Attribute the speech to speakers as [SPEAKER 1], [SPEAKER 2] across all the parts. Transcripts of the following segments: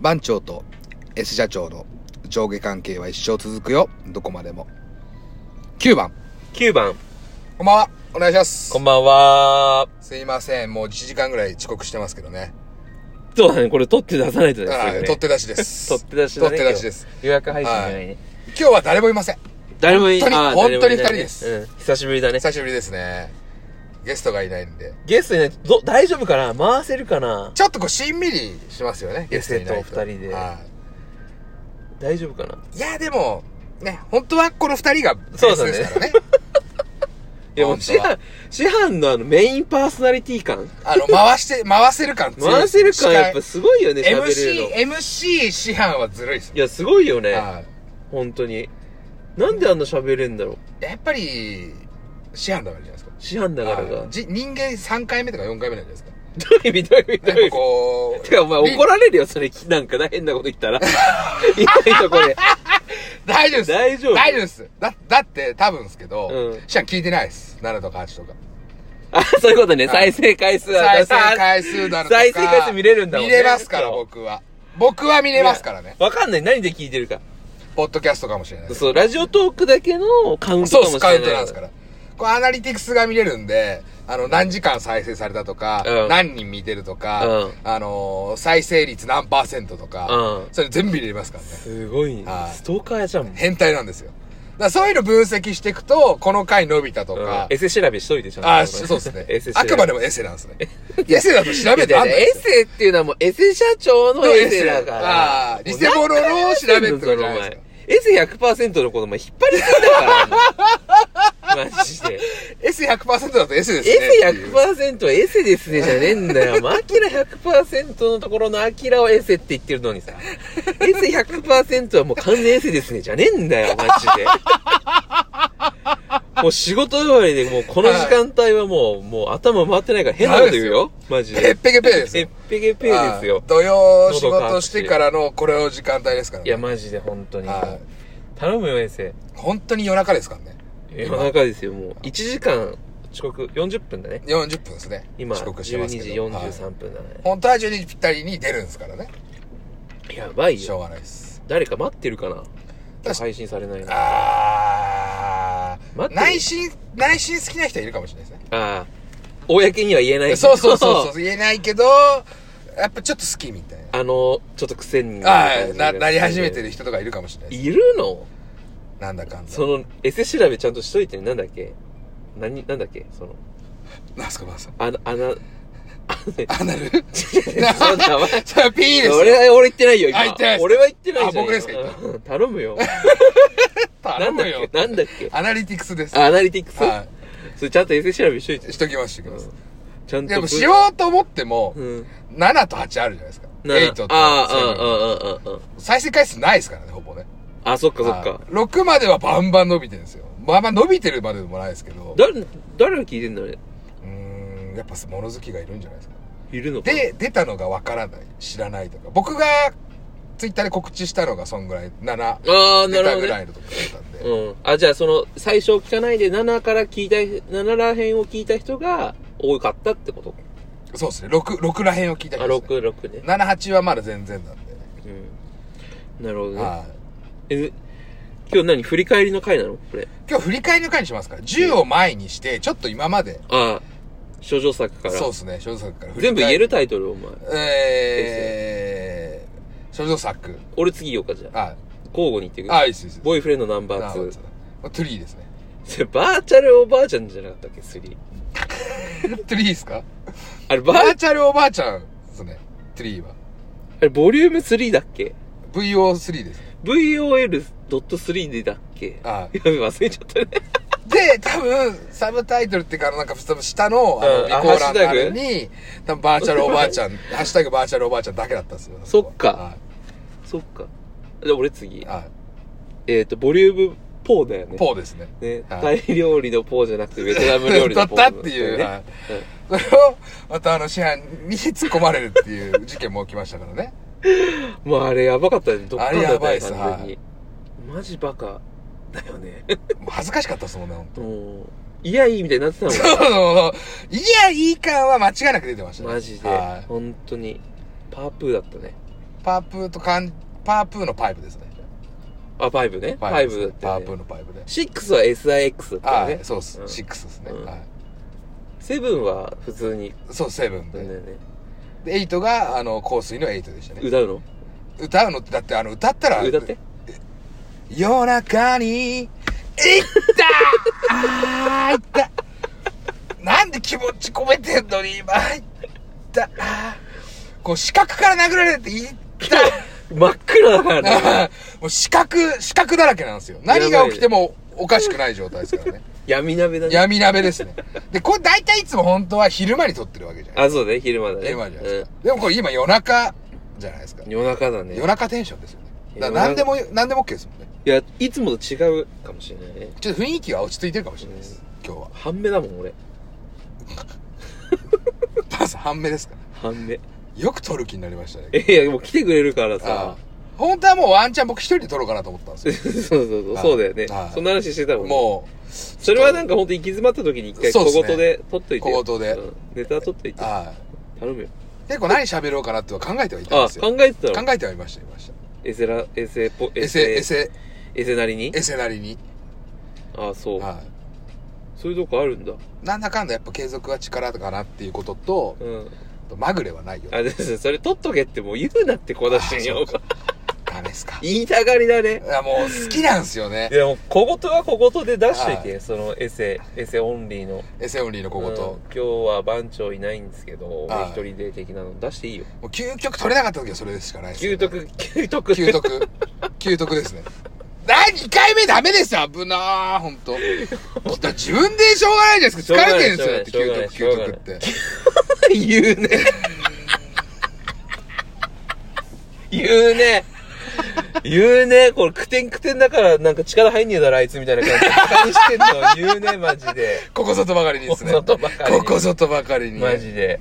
[SPEAKER 1] 番長と S 社長の上下関係は一生続くよ。どこまでも。9番。
[SPEAKER 2] 9番。
[SPEAKER 1] こんばんは。お願いします。
[SPEAKER 2] こんばんは。
[SPEAKER 1] すいません。もう1時間ぐらい遅刻してますけどね。
[SPEAKER 2] そうだね、これ取って出さないとですよ
[SPEAKER 1] あ
[SPEAKER 2] ね。
[SPEAKER 1] 取って出しです。
[SPEAKER 2] 取って出しだね。
[SPEAKER 1] 取って出しです。
[SPEAKER 2] 今日。予約配信じゃないね。
[SPEAKER 1] 今日は誰もいません。
[SPEAKER 2] 誰もい
[SPEAKER 1] 本当に
[SPEAKER 2] あー
[SPEAKER 1] 本当に
[SPEAKER 2] 誰もいな
[SPEAKER 1] 二
[SPEAKER 2] い
[SPEAKER 1] 人です
[SPEAKER 2] うん。久しぶりだね。
[SPEAKER 1] 久しぶりですね。ゲストがいないんで。
[SPEAKER 2] ゲストにね、ど大丈夫かな回せるかな
[SPEAKER 1] ちょっとこう、しんみりしますよね、ゲストにいない
[SPEAKER 2] ゲストと二人で
[SPEAKER 1] は
[SPEAKER 2] 大丈夫かない
[SPEAKER 1] いや、でも、ね、本当はこの二人がベースですからね。
[SPEAKER 2] いや、もう
[SPEAKER 1] 本
[SPEAKER 2] 市
[SPEAKER 1] 当は
[SPEAKER 2] 販、市販のあのメインパーソナリティ感。
[SPEAKER 1] あの、回して、回せる感強い
[SPEAKER 2] 回せる感やっぱ
[SPEAKER 1] 司
[SPEAKER 2] すごいよね、
[SPEAKER 1] 会
[SPEAKER 2] 喋れるの
[SPEAKER 1] MC、。MC 師範はずるいっす
[SPEAKER 2] いや、すごいよね。
[SPEAKER 1] はい
[SPEAKER 2] 本当に。なんであんな喋れんだろう。
[SPEAKER 1] やっぱり、師範だからじゃないですか。
[SPEAKER 2] 市販だから
[SPEAKER 1] は
[SPEAKER 2] が
[SPEAKER 1] い。じ人間3回目とか4回目なんじゃないですか。
[SPEAKER 2] どういう意味どう いう意味ど
[SPEAKER 1] や
[SPEAKER 2] う
[SPEAKER 1] っ
[SPEAKER 2] いう
[SPEAKER 1] ぱ
[SPEAKER 2] 意味
[SPEAKER 1] こう。
[SPEAKER 2] てか、お前
[SPEAKER 1] り
[SPEAKER 2] 怒られるよ、それ、なんかな、変なこと 言ったら。今のとこで。
[SPEAKER 1] 大丈夫です。
[SPEAKER 2] 大丈夫
[SPEAKER 1] 大丈夫です。だ、だって多分ですけど、
[SPEAKER 2] うん
[SPEAKER 1] 師範聞いてないです。7とか8とか。
[SPEAKER 2] あ、 そういうことね。
[SPEAKER 1] はい
[SPEAKER 2] 再生回数は
[SPEAKER 1] 再生回数だとか。
[SPEAKER 2] 再生回数見れるんだもんね
[SPEAKER 1] 見れますから、僕は。僕は見れますからね。
[SPEAKER 2] わかんない。何で聞いてるか。
[SPEAKER 1] ポッドキャストかもしれないです。
[SPEAKER 2] そう、ラジオトークだけのカウント
[SPEAKER 1] そう
[SPEAKER 2] か
[SPEAKER 1] です、カウ
[SPEAKER 2] もしれない。
[SPEAKER 1] ントなんですから。こう、アナリティクスが見れるんで、あの、何時間再生されたとか、
[SPEAKER 2] うん
[SPEAKER 1] 何人見てるとか、
[SPEAKER 2] うん
[SPEAKER 1] あのー再生率何パーセントとか、
[SPEAKER 2] うん
[SPEAKER 1] それ全部見れますからね。
[SPEAKER 2] すごいね
[SPEAKER 1] はい
[SPEAKER 2] ストーカーじゃん。
[SPEAKER 1] 変態なんですよ。だからそういうの分析していくと、この回伸びたと
[SPEAKER 2] うん
[SPEAKER 1] か、
[SPEAKER 2] エセ調べしといて、ちゃんと。
[SPEAKER 1] あーしそうですね
[SPEAKER 2] エセ。調べ。
[SPEAKER 1] あくまでもエセなんですね。エセだと調べ
[SPEAKER 2] い
[SPEAKER 1] て
[SPEAKER 2] や
[SPEAKER 1] あん
[SPEAKER 2] い
[SPEAKER 1] の
[SPEAKER 2] やエセっていうのはもうエセ社長のエセだから。
[SPEAKER 1] ああ偽物の調べってことじゃないですか
[SPEAKER 2] エセ100%の子供引っ張りすぎだ からもう。マジで。
[SPEAKER 1] S100% だと S ですねって
[SPEAKER 2] エセ
[SPEAKER 1] いう。
[SPEAKER 2] 100%はエセですねじゃねえんだよ。もうアキラ100%のところのアキラをエセって言ってるのにさ。エセ100%はもう完全エセですねじゃねえんだよ、マジで。もう仕事終わりでもうこの時間帯はもう、もう頭回ってないから変なこと言うよ。マジで。
[SPEAKER 1] ペッペケペーです
[SPEAKER 2] ペッ
[SPEAKER 1] よ。
[SPEAKER 2] ペゲペーです
[SPEAKER 1] は
[SPEAKER 2] よ
[SPEAKER 1] い。土曜仕事してからのこれの時間帯ですから
[SPEAKER 2] い
[SPEAKER 1] ね。
[SPEAKER 2] や、マジで本当に。
[SPEAKER 1] は
[SPEAKER 2] 頼むよ、衛生。
[SPEAKER 1] 本当に夜中ですからね。今
[SPEAKER 2] 夜中ですよ、もう。1時間遅刻、40分だね。
[SPEAKER 1] 40分ですね。
[SPEAKER 2] 今、
[SPEAKER 1] 遅刻してま
[SPEAKER 2] 12
[SPEAKER 1] す
[SPEAKER 2] 時
[SPEAKER 1] けど。はい
[SPEAKER 2] 43分だね。
[SPEAKER 1] 本当は12時ぴったりに出るんですからね。
[SPEAKER 2] やばい
[SPEAKER 1] しょ
[SPEAKER 2] よ。
[SPEAKER 1] うがないです。
[SPEAKER 2] 誰か待ってるかな
[SPEAKER 1] かに
[SPEAKER 2] 配信されないの。あ
[SPEAKER 1] あー
[SPEAKER 2] 待って
[SPEAKER 1] 内心、内心好きな人いるかもしれないですね。
[SPEAKER 2] あ。公には言えないけど
[SPEAKER 1] そうそうそうそう。言えないけど、やっぱちょっと好きみたいな。
[SPEAKER 2] あの、ちょっと癖に
[SPEAKER 1] はい、な、なり始めて
[SPEAKER 2] る。
[SPEAKER 1] る人とかいるかもしれないです。
[SPEAKER 2] いるの
[SPEAKER 1] なんだかんだ。
[SPEAKER 2] その、エセ調べちゃんとしといてね、なんだっけ何、なんだっけその、
[SPEAKER 1] なんすか、なんすか。
[SPEAKER 2] あの、あの、あのね、
[SPEAKER 1] アナル
[SPEAKER 2] そんな名前
[SPEAKER 1] それは P ですよ。
[SPEAKER 2] 俺は、俺言ってないよ、今。
[SPEAKER 1] あ言ってないです
[SPEAKER 2] 俺は言ってないじゃん。
[SPEAKER 1] あ僕ですか言っ
[SPEAKER 2] うん 頼むよ。な
[SPEAKER 1] 頼
[SPEAKER 2] んだ
[SPEAKER 1] む
[SPEAKER 2] っ
[SPEAKER 1] よ
[SPEAKER 2] け。なんだっけ
[SPEAKER 1] アナリティクスです。
[SPEAKER 2] あアナリティクス
[SPEAKER 1] は
[SPEAKER 2] それちゃんとエセ調べしといて
[SPEAKER 1] い。。しときます、しときます。
[SPEAKER 2] ちゃんと。
[SPEAKER 1] でも、しようと思っても、
[SPEAKER 2] うん。
[SPEAKER 1] 7と8あるじゃないですか。
[SPEAKER 2] な
[SPEAKER 1] 8と
[SPEAKER 2] あ
[SPEAKER 1] 7。
[SPEAKER 2] あ、ああ、ああ、ああ。
[SPEAKER 1] 再生回数ないですからね、ほぼね。
[SPEAKER 2] あ、そっかそっ
[SPEAKER 1] は
[SPEAKER 2] か。
[SPEAKER 1] い6まではバンバン伸びてるんですよ。まあまあ伸びてるまででもないですけど。
[SPEAKER 2] だ、誰が聞いてんだろうね。
[SPEAKER 1] うーん、やっぱ物好きがいるんじゃないですか。
[SPEAKER 2] いるのかな、
[SPEAKER 1] で、出たのがわからない、知らないとか。僕が、ツイッターで告知したのがそんぐらい、7。
[SPEAKER 2] ああ、な
[SPEAKER 1] 出た
[SPEAKER 2] るほ
[SPEAKER 1] ぐ
[SPEAKER 2] ど
[SPEAKER 1] ら
[SPEAKER 2] ね。
[SPEAKER 1] いのとこだったんで。
[SPEAKER 2] うん。あ、じゃあその、最初聞かないで7から聞いた、7ら辺を聞いた人が多かったってこと
[SPEAKER 1] そうですね。6、6ら辺を聞いた
[SPEAKER 2] あ、
[SPEAKER 1] りです、ね。
[SPEAKER 2] 6、6ね。
[SPEAKER 1] 7、8はまだ全然なんで。
[SPEAKER 2] うん。なるほどね。
[SPEAKER 1] はい
[SPEAKER 2] え、今日何振り返りの回なのこれ。
[SPEAKER 1] 今日振り返りの回にしますから、10を前にして、ちょっと今まで、
[SPEAKER 2] ああ、少女作から。
[SPEAKER 1] そうですね、少女作から振り返
[SPEAKER 2] 全
[SPEAKER 1] り
[SPEAKER 2] 部言えるタイトルお前。
[SPEAKER 1] えー、少女作。
[SPEAKER 2] 俺次言おうか、じゃあ。
[SPEAKER 1] あ、
[SPEAKER 2] 交互に言っていく。
[SPEAKER 1] あ、いいです、いいです。
[SPEAKER 2] ボーイフレンドナン
[SPEAKER 1] あ
[SPEAKER 2] バー2。
[SPEAKER 1] トゥリー ですね。
[SPEAKER 2] それバーチャルおばあちゃんじゃなかったっけ ?3。
[SPEAKER 1] トゥリーですか
[SPEAKER 2] あれ、バ
[SPEAKER 1] バー
[SPEAKER 2] ー、
[SPEAKER 1] チャルおばあちゃんですね、トゥリーは。
[SPEAKER 2] あれ、ボリューム3だっけ
[SPEAKER 1] VO3 ですね。
[SPEAKER 2] ?VOL.3 でだっけ
[SPEAKER 1] あ
[SPEAKER 2] やべ、忘れちゃったね。
[SPEAKER 1] で、多分、サブタイトルっていうか、なんか、多分下の、あの、
[SPEAKER 2] うん
[SPEAKER 1] 備考欄のあれに、多分、バーチャルおばあちゃん、 ハッシュタグバーチャルおばあちゃんだけだったんです よ。
[SPEAKER 2] そっか
[SPEAKER 1] は
[SPEAKER 2] そっか。じゃあ、俺次
[SPEAKER 1] い。。はい。
[SPEAKER 2] えっ、と、ボリューム4だよね。
[SPEAKER 1] ポーですね。
[SPEAKER 2] ね、
[SPEAKER 1] は
[SPEAKER 2] タイ料理のポーじゃなくて、ベトナム 料理のポー。
[SPEAKER 1] だったっていう、
[SPEAKER 2] ね。
[SPEAKER 1] はいそれを、またあの、市販に突っ込まれるっていう事件も起きましたからね。
[SPEAKER 2] もうあれやばかったね。どっかんだ
[SPEAKER 1] あれや
[SPEAKER 2] った
[SPEAKER 1] ばい
[SPEAKER 2] ね、
[SPEAKER 1] っす
[SPEAKER 2] 完全に。マジバカだよね。
[SPEAKER 1] もう恥ずかしかったですもんね、ほんと。
[SPEAKER 2] もう、いや、いいみたいになってたもん。
[SPEAKER 1] いや、いい感は間違いなく出てましたね。
[SPEAKER 2] マジで
[SPEAKER 1] は。
[SPEAKER 2] 本当に。パープーだったね。
[SPEAKER 1] いパープーとかん、パープーのパイプですね。
[SPEAKER 2] あ、パイブね。パイブだって、
[SPEAKER 1] パープー
[SPEAKER 2] ね。
[SPEAKER 1] のパイプで。
[SPEAKER 2] 6は SIX だ
[SPEAKER 1] あ
[SPEAKER 2] っ
[SPEAKER 1] あ
[SPEAKER 2] たよね。
[SPEAKER 1] そうっす。
[SPEAKER 2] ん
[SPEAKER 1] 6ですね。
[SPEAKER 2] うん
[SPEAKER 1] はい。
[SPEAKER 2] 7は普通に、
[SPEAKER 1] そう、7
[SPEAKER 2] なんだ
[SPEAKER 1] で。
[SPEAKER 2] よね。
[SPEAKER 1] で、8が、あの、香水の8でしたね。
[SPEAKER 2] 歌うの
[SPEAKER 1] 歌うのって、だって、あの、歌ったら、
[SPEAKER 2] 歌って。
[SPEAKER 1] 夜中に、いったあー、いったなんで気持ち込めてんのに、今、いったあーこう、四角から殴られて、いった
[SPEAKER 2] 真っ暗だからね。
[SPEAKER 1] もう四角、四角だらけなんですよ。何が起きてもおかしくない状態ですからね。
[SPEAKER 2] 闇鍋だね。
[SPEAKER 1] 闇鍋ですね。で、これ大体いつも本当は昼間に撮ってるわけじゃない
[SPEAKER 2] あ、そうだね。昼間だね。
[SPEAKER 1] 昼間じゃないで
[SPEAKER 2] う
[SPEAKER 1] すか。でもこれ今夜中じゃないですか
[SPEAKER 2] ん。。夜中だね。
[SPEAKER 1] 夜中テンションですよね。だから
[SPEAKER 2] 夜中
[SPEAKER 1] 何でも、何でも OK ですもんね。
[SPEAKER 2] いや、いつもと違うかもしれないね。
[SPEAKER 1] ちょっと雰囲気は落ち着いてるかもしれないです。今日は。
[SPEAKER 2] 半目だもん、俺。
[SPEAKER 1] まず半目ですから。
[SPEAKER 2] 半目。
[SPEAKER 1] よく撮る気になりましたね。
[SPEAKER 2] え、いや、もう来てくれるから
[SPEAKER 1] あ
[SPEAKER 2] さ。
[SPEAKER 1] 本当はもうワンチャン僕一人で撮ろうかなと思ったんです
[SPEAKER 2] そう
[SPEAKER 1] よ。
[SPEAKER 2] そうそう。
[SPEAKER 1] はい
[SPEAKER 2] そうだよね
[SPEAKER 1] は。い
[SPEAKER 2] そんな話してたもんね。
[SPEAKER 1] も
[SPEAKER 2] それはなんか本当行き詰まった時に一回
[SPEAKER 1] そうっす
[SPEAKER 2] 小
[SPEAKER 1] ね
[SPEAKER 2] 言で撮っといてよ。
[SPEAKER 1] 小言で、
[SPEAKER 2] うん。ネタ撮っというて。
[SPEAKER 1] は
[SPEAKER 2] 頼むよ。
[SPEAKER 1] い。結構何喋ろうかなっては考えてはいたん
[SPEAKER 2] あ
[SPEAKER 1] で、すよ。
[SPEAKER 2] 考えてたの
[SPEAKER 1] 考えてはいました、いました。
[SPEAKER 2] エセラ、エセポ、
[SPEAKER 1] エセ、エ、セ、
[SPEAKER 2] エセなりに
[SPEAKER 1] エセなりに。
[SPEAKER 2] あ、そう。
[SPEAKER 1] はい。
[SPEAKER 2] そういうとこあるんだ。
[SPEAKER 1] なんだかんだやっぱ継続は力かなっていうことと、
[SPEAKER 2] うん。
[SPEAKER 1] まぐれはないよ。
[SPEAKER 2] あ、ですそれ撮っとけってもう言うなって小出しに。
[SPEAKER 1] あそうかダメですか。い
[SPEAKER 2] 言いたがりだね。
[SPEAKER 1] や、もう好きなんですよね
[SPEAKER 2] い。やもう小言は小言で出しといて、そのエセ、エセオンリーの。
[SPEAKER 1] エセオンリーの小言。
[SPEAKER 2] うん
[SPEAKER 1] も
[SPEAKER 2] 今日は番長いないんですけど、
[SPEAKER 1] はい
[SPEAKER 2] 一人で的なの出していいよ。
[SPEAKER 1] う究極取れなかった時はそれしかないです、
[SPEAKER 2] 給。徳、給徳。
[SPEAKER 1] 究極。究極ですね。第2回目ダメですよ危なー、ほんと。自分でしょうがないじゃないですか。疲れてるんですよ、だって
[SPEAKER 2] しょうがない
[SPEAKER 1] 究
[SPEAKER 2] しょう
[SPEAKER 1] 極、究
[SPEAKER 2] がない
[SPEAKER 1] 極って。
[SPEAKER 2] 言うね。言うね。言うね。これ、くてんくてんだから、なんか力入んねえだろ、あいつみたいな感じで。バカにしてんの。言うね、マジで。
[SPEAKER 1] ここぞとばかりにですね。
[SPEAKER 2] ここぞとばかりに
[SPEAKER 1] ここぞとばかりに。
[SPEAKER 2] マジで。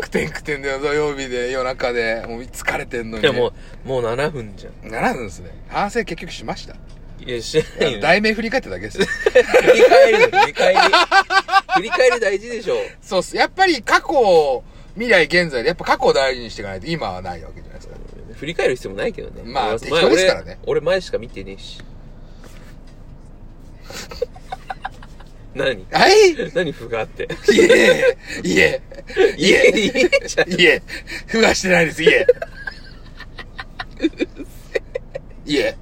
[SPEAKER 1] くてんくてんだよ、土曜日で、夜中で。もう疲れてんのに。
[SPEAKER 2] いや、もう、もう7分じゃん。
[SPEAKER 1] う。ならんですね。反省結局しました。
[SPEAKER 2] いや、してないよ。
[SPEAKER 1] 題名振り返っただけです。
[SPEAKER 2] 振り返るよ、振り返り。振り返り大事でしょ。
[SPEAKER 1] そうっす。やっぱり過去、未来、現在で、やっぱ過去を大事にしていかないと今はないわけじゃないですか。
[SPEAKER 2] 振り返る必要もないけどね。
[SPEAKER 1] まあ
[SPEAKER 2] 俺
[SPEAKER 1] 適当ですからね
[SPEAKER 2] 俺、俺前しか見てねえし。 何
[SPEAKER 1] はい
[SPEAKER 2] 何不があって。
[SPEAKER 1] いえ、いえ、いえ、
[SPEAKER 2] いいじゃん。
[SPEAKER 1] いえ、ふがしてないです、いえ。いえ。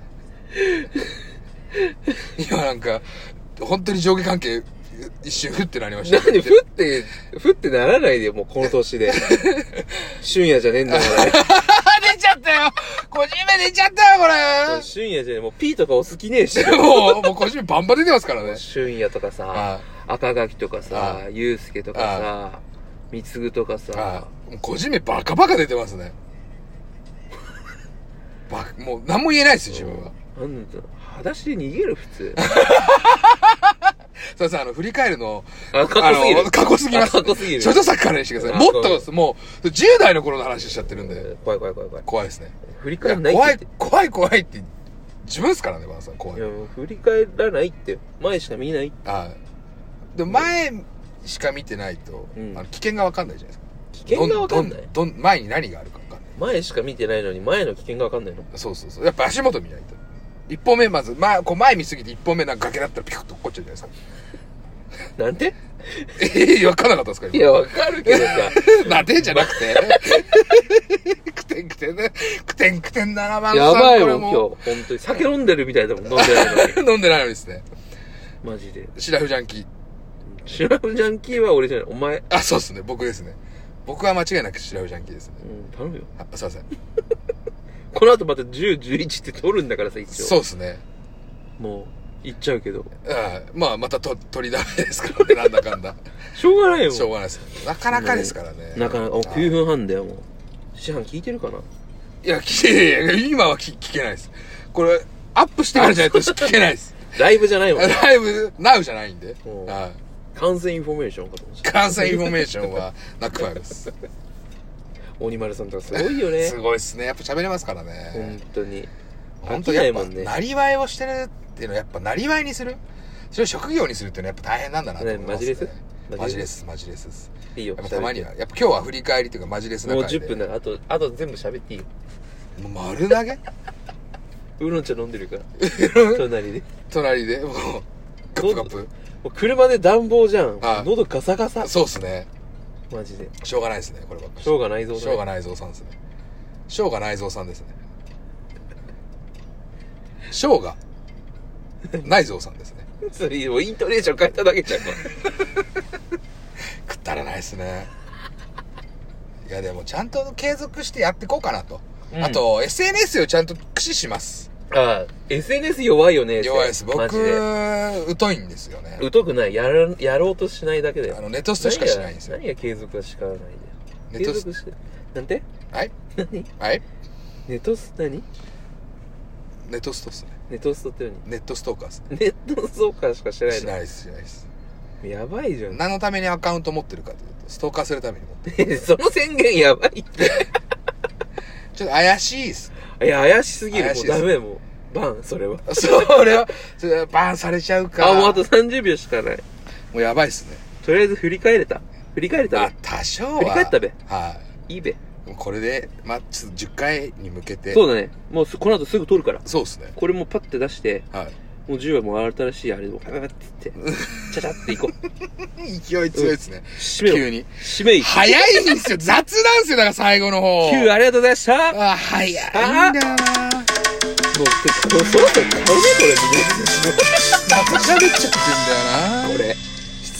[SPEAKER 1] 今なんか、本当に上下関係、一瞬ふってなりました。
[SPEAKER 2] 何、ふって、ふってならないでよ、もうこの年で。俊也じゃねえんだから。
[SPEAKER 1] 出ちゃったよ個人名出ちゃった よ、
[SPEAKER 2] 俊也じゃねえ、もう P とかお好きねえし。
[SPEAKER 1] これもう、もう個人名バンバン出てますからね。
[SPEAKER 2] 俊也とか
[SPEAKER 1] あ、
[SPEAKER 2] さ赤垣とかさ
[SPEAKER 1] あ、
[SPEAKER 2] 祐介とかさ、三つぐとかさ
[SPEAKER 1] あ、あ、もう個人名バカバカ出てますね。バカもう何も言えないですよ、自分は。
[SPEAKER 2] なんだろう、裸足で逃げる普通。
[SPEAKER 1] そうさ、あの、振り返るの、
[SPEAKER 2] あ、かっこす
[SPEAKER 1] あ
[SPEAKER 2] ぎる
[SPEAKER 1] の。過去すぎます。
[SPEAKER 2] あかっこすぎる
[SPEAKER 1] 諸女作からにしてくださ
[SPEAKER 2] あ
[SPEAKER 1] い。もっと
[SPEAKER 2] そう
[SPEAKER 1] です、もう、10代の頃の話しちゃってるんで、
[SPEAKER 2] 怖い怖い怖い怖い。
[SPEAKER 1] 怖いですね。
[SPEAKER 2] 振り
[SPEAKER 1] い
[SPEAKER 2] 返
[SPEAKER 1] や
[SPEAKER 2] らない
[SPEAKER 1] 怖
[SPEAKER 2] っ
[SPEAKER 1] い
[SPEAKER 2] て。、
[SPEAKER 1] 怖い、怖いって、自分ですからね、ばあさん、怖
[SPEAKER 2] い
[SPEAKER 1] い。
[SPEAKER 2] や、
[SPEAKER 1] はい。
[SPEAKER 2] もう振り返らないって。前しか見ない。
[SPEAKER 1] でも前しか見てないと、
[SPEAKER 2] うん
[SPEAKER 1] あの危険がわかんないじゃないですか。
[SPEAKER 2] 危険がわかんない
[SPEAKER 1] ど。どどん、前に何があるかわかんない。
[SPEAKER 2] 前しか見てないのに前の危険がわかんないの。
[SPEAKER 1] そうそうそう。やっぱ足元見ないと。一本目まず、まあ、こう前見すぎて一本目なんか崖だったらピクッと落っこっちゃうじゃない
[SPEAKER 2] なんて
[SPEAKER 1] ですか。ええわかんなかったですか
[SPEAKER 2] い
[SPEAKER 1] 今。
[SPEAKER 2] や、わかるけどさ。
[SPEAKER 1] なでじゃなくて。くてんくてんね。くてんくてんだな、ばあさん。
[SPEAKER 2] やばい
[SPEAKER 1] これ
[SPEAKER 2] もん、今日。本当に。酒飲んでるみたいだもん、飲んでない のに。
[SPEAKER 1] 飲んでないのにですね。
[SPEAKER 2] マジで。
[SPEAKER 1] シラフジャンキー。
[SPEAKER 2] シュラフジャンキーは俺じゃない。お前。
[SPEAKER 1] あ、そうですね。僕ですね。僕は間違いなくシラフジャンキーですね。
[SPEAKER 2] うん、頼むよ。
[SPEAKER 1] あ、すいません。
[SPEAKER 2] この後また10、11って取るんだからさ、一応。
[SPEAKER 1] そうですね。
[SPEAKER 2] もう、行っちゃうけど。
[SPEAKER 1] うんまあ、またと取りだめですからね。なんだかんだ。
[SPEAKER 2] しょうがないよ。
[SPEAKER 1] しょうがないです。なかなかですからね。
[SPEAKER 2] なかなか、お
[SPEAKER 1] あ
[SPEAKER 2] 9分半だよ、もう。師範聞いてるかない
[SPEAKER 1] や、聞いやいや今は聞聞けないです。これ、アップしてからじゃないと聞けないです。
[SPEAKER 2] ライブじゃないもん。
[SPEAKER 1] ライブ、ナウじゃないんで
[SPEAKER 2] うん。
[SPEAKER 1] は
[SPEAKER 2] 感染インフォメーションかと思っ
[SPEAKER 1] い。
[SPEAKER 2] て。
[SPEAKER 1] 感染インフォメーションはなくはです。
[SPEAKER 2] 鬼丸さんとかすごいよね
[SPEAKER 1] す。ごいですね。やっぱ喋れますから
[SPEAKER 2] 本
[SPEAKER 1] ね。
[SPEAKER 2] 当に。
[SPEAKER 1] 本
[SPEAKER 2] 飽
[SPEAKER 1] 当
[SPEAKER 2] き
[SPEAKER 1] に
[SPEAKER 2] な
[SPEAKER 1] や
[SPEAKER 2] い
[SPEAKER 1] っぱ、
[SPEAKER 2] もんね。
[SPEAKER 1] なりわいをしてるっていうのは、やっぱなりわいにする。それを職業にするっていうのはやっぱ大変なんだなと思います、ね。
[SPEAKER 2] ねマジレス
[SPEAKER 1] マジレスマジレスです
[SPEAKER 2] いいよ
[SPEAKER 1] やっぱたまにはやっぱ今日は振り返りというかマジレスな
[SPEAKER 2] もう
[SPEAKER 1] 回で
[SPEAKER 2] 10分だからあとあと全部喋っていいよ
[SPEAKER 1] もう丸投げ
[SPEAKER 2] ウーロン茶飲んでるから隣で
[SPEAKER 1] 隣でもうカップカップ
[SPEAKER 2] もう車で暖房じゃん
[SPEAKER 1] はい
[SPEAKER 2] 喉ガサガサ
[SPEAKER 1] そうっすね
[SPEAKER 2] マジで
[SPEAKER 1] しょうがないですねこればっかり
[SPEAKER 2] しょうが内臓
[SPEAKER 1] しょうが
[SPEAKER 2] ない
[SPEAKER 1] 内蔵さんですねしょうが内蔵さんですねしょうが内蔵さんですね
[SPEAKER 2] それもうイントネーション変えただけじゃんこれ
[SPEAKER 1] くったらないですねいやでもちゃんと継続してやっていこうかなと、
[SPEAKER 2] うん
[SPEAKER 1] あと SNS をちゃんと駆使します
[SPEAKER 2] ああ SNS 弱いよね
[SPEAKER 1] 弱いです
[SPEAKER 2] マ
[SPEAKER 1] 僕
[SPEAKER 2] ジで
[SPEAKER 1] 疎いんですよね
[SPEAKER 2] 疎くないやらやろうとしないだけだよ
[SPEAKER 1] あのネトストしかしないんですよ
[SPEAKER 2] 何が継続はしかないんだよ
[SPEAKER 1] ネ
[SPEAKER 2] 継
[SPEAKER 1] トス
[SPEAKER 2] 続してなんて
[SPEAKER 1] はい
[SPEAKER 2] 何
[SPEAKER 1] はい
[SPEAKER 2] ネトス何
[SPEAKER 1] ネトストっすね
[SPEAKER 2] ネトストって何
[SPEAKER 1] ネットストーカーっすね
[SPEAKER 2] ネットストーカーしかしてない
[SPEAKER 1] しないっすしないっす
[SPEAKER 2] のやばいじゃん
[SPEAKER 1] 何のためにアカウント持ってるかというとストーカーするために持ってる
[SPEAKER 2] その宣言やばいって
[SPEAKER 1] ちょっと怪しい っす
[SPEAKER 2] いや怪しすぎる
[SPEAKER 1] 怪
[SPEAKER 2] も
[SPEAKER 1] し
[SPEAKER 2] う
[SPEAKER 1] いです
[SPEAKER 2] ダメもうバンそれは
[SPEAKER 1] それはそれはバンされちゃうから
[SPEAKER 2] あもうあと30秒しかない
[SPEAKER 1] もうやばいっすね
[SPEAKER 2] とりあえず振り返れた振り返れた
[SPEAKER 1] まあ
[SPEAKER 2] ね
[SPEAKER 1] 多少は
[SPEAKER 2] 振り返ったべ
[SPEAKER 1] はい
[SPEAKER 2] いいべ
[SPEAKER 1] もうこれで、まあ、ちょっと10回に向けて
[SPEAKER 2] そうだねもうすこの後すぐ撮るから
[SPEAKER 1] そうっすね
[SPEAKER 2] これもうパッて出して
[SPEAKER 1] は
[SPEAKER 2] もう10はもう新しいあれでもパパ パって言ってちゃちゃっていこう
[SPEAKER 1] い勢い強いですね、
[SPEAKER 2] 締め
[SPEAKER 1] 急
[SPEAKER 2] よ
[SPEAKER 1] に
[SPEAKER 2] 締めい9
[SPEAKER 1] 早いんですよ雑なんですよだから最後の方
[SPEAKER 2] ありがとうございましたもう
[SPEAKER 1] あ早いんだよな
[SPEAKER 2] てかもうそろそろ買うねこれ
[SPEAKER 1] また喋っちゃってんだよな
[SPEAKER 2] これ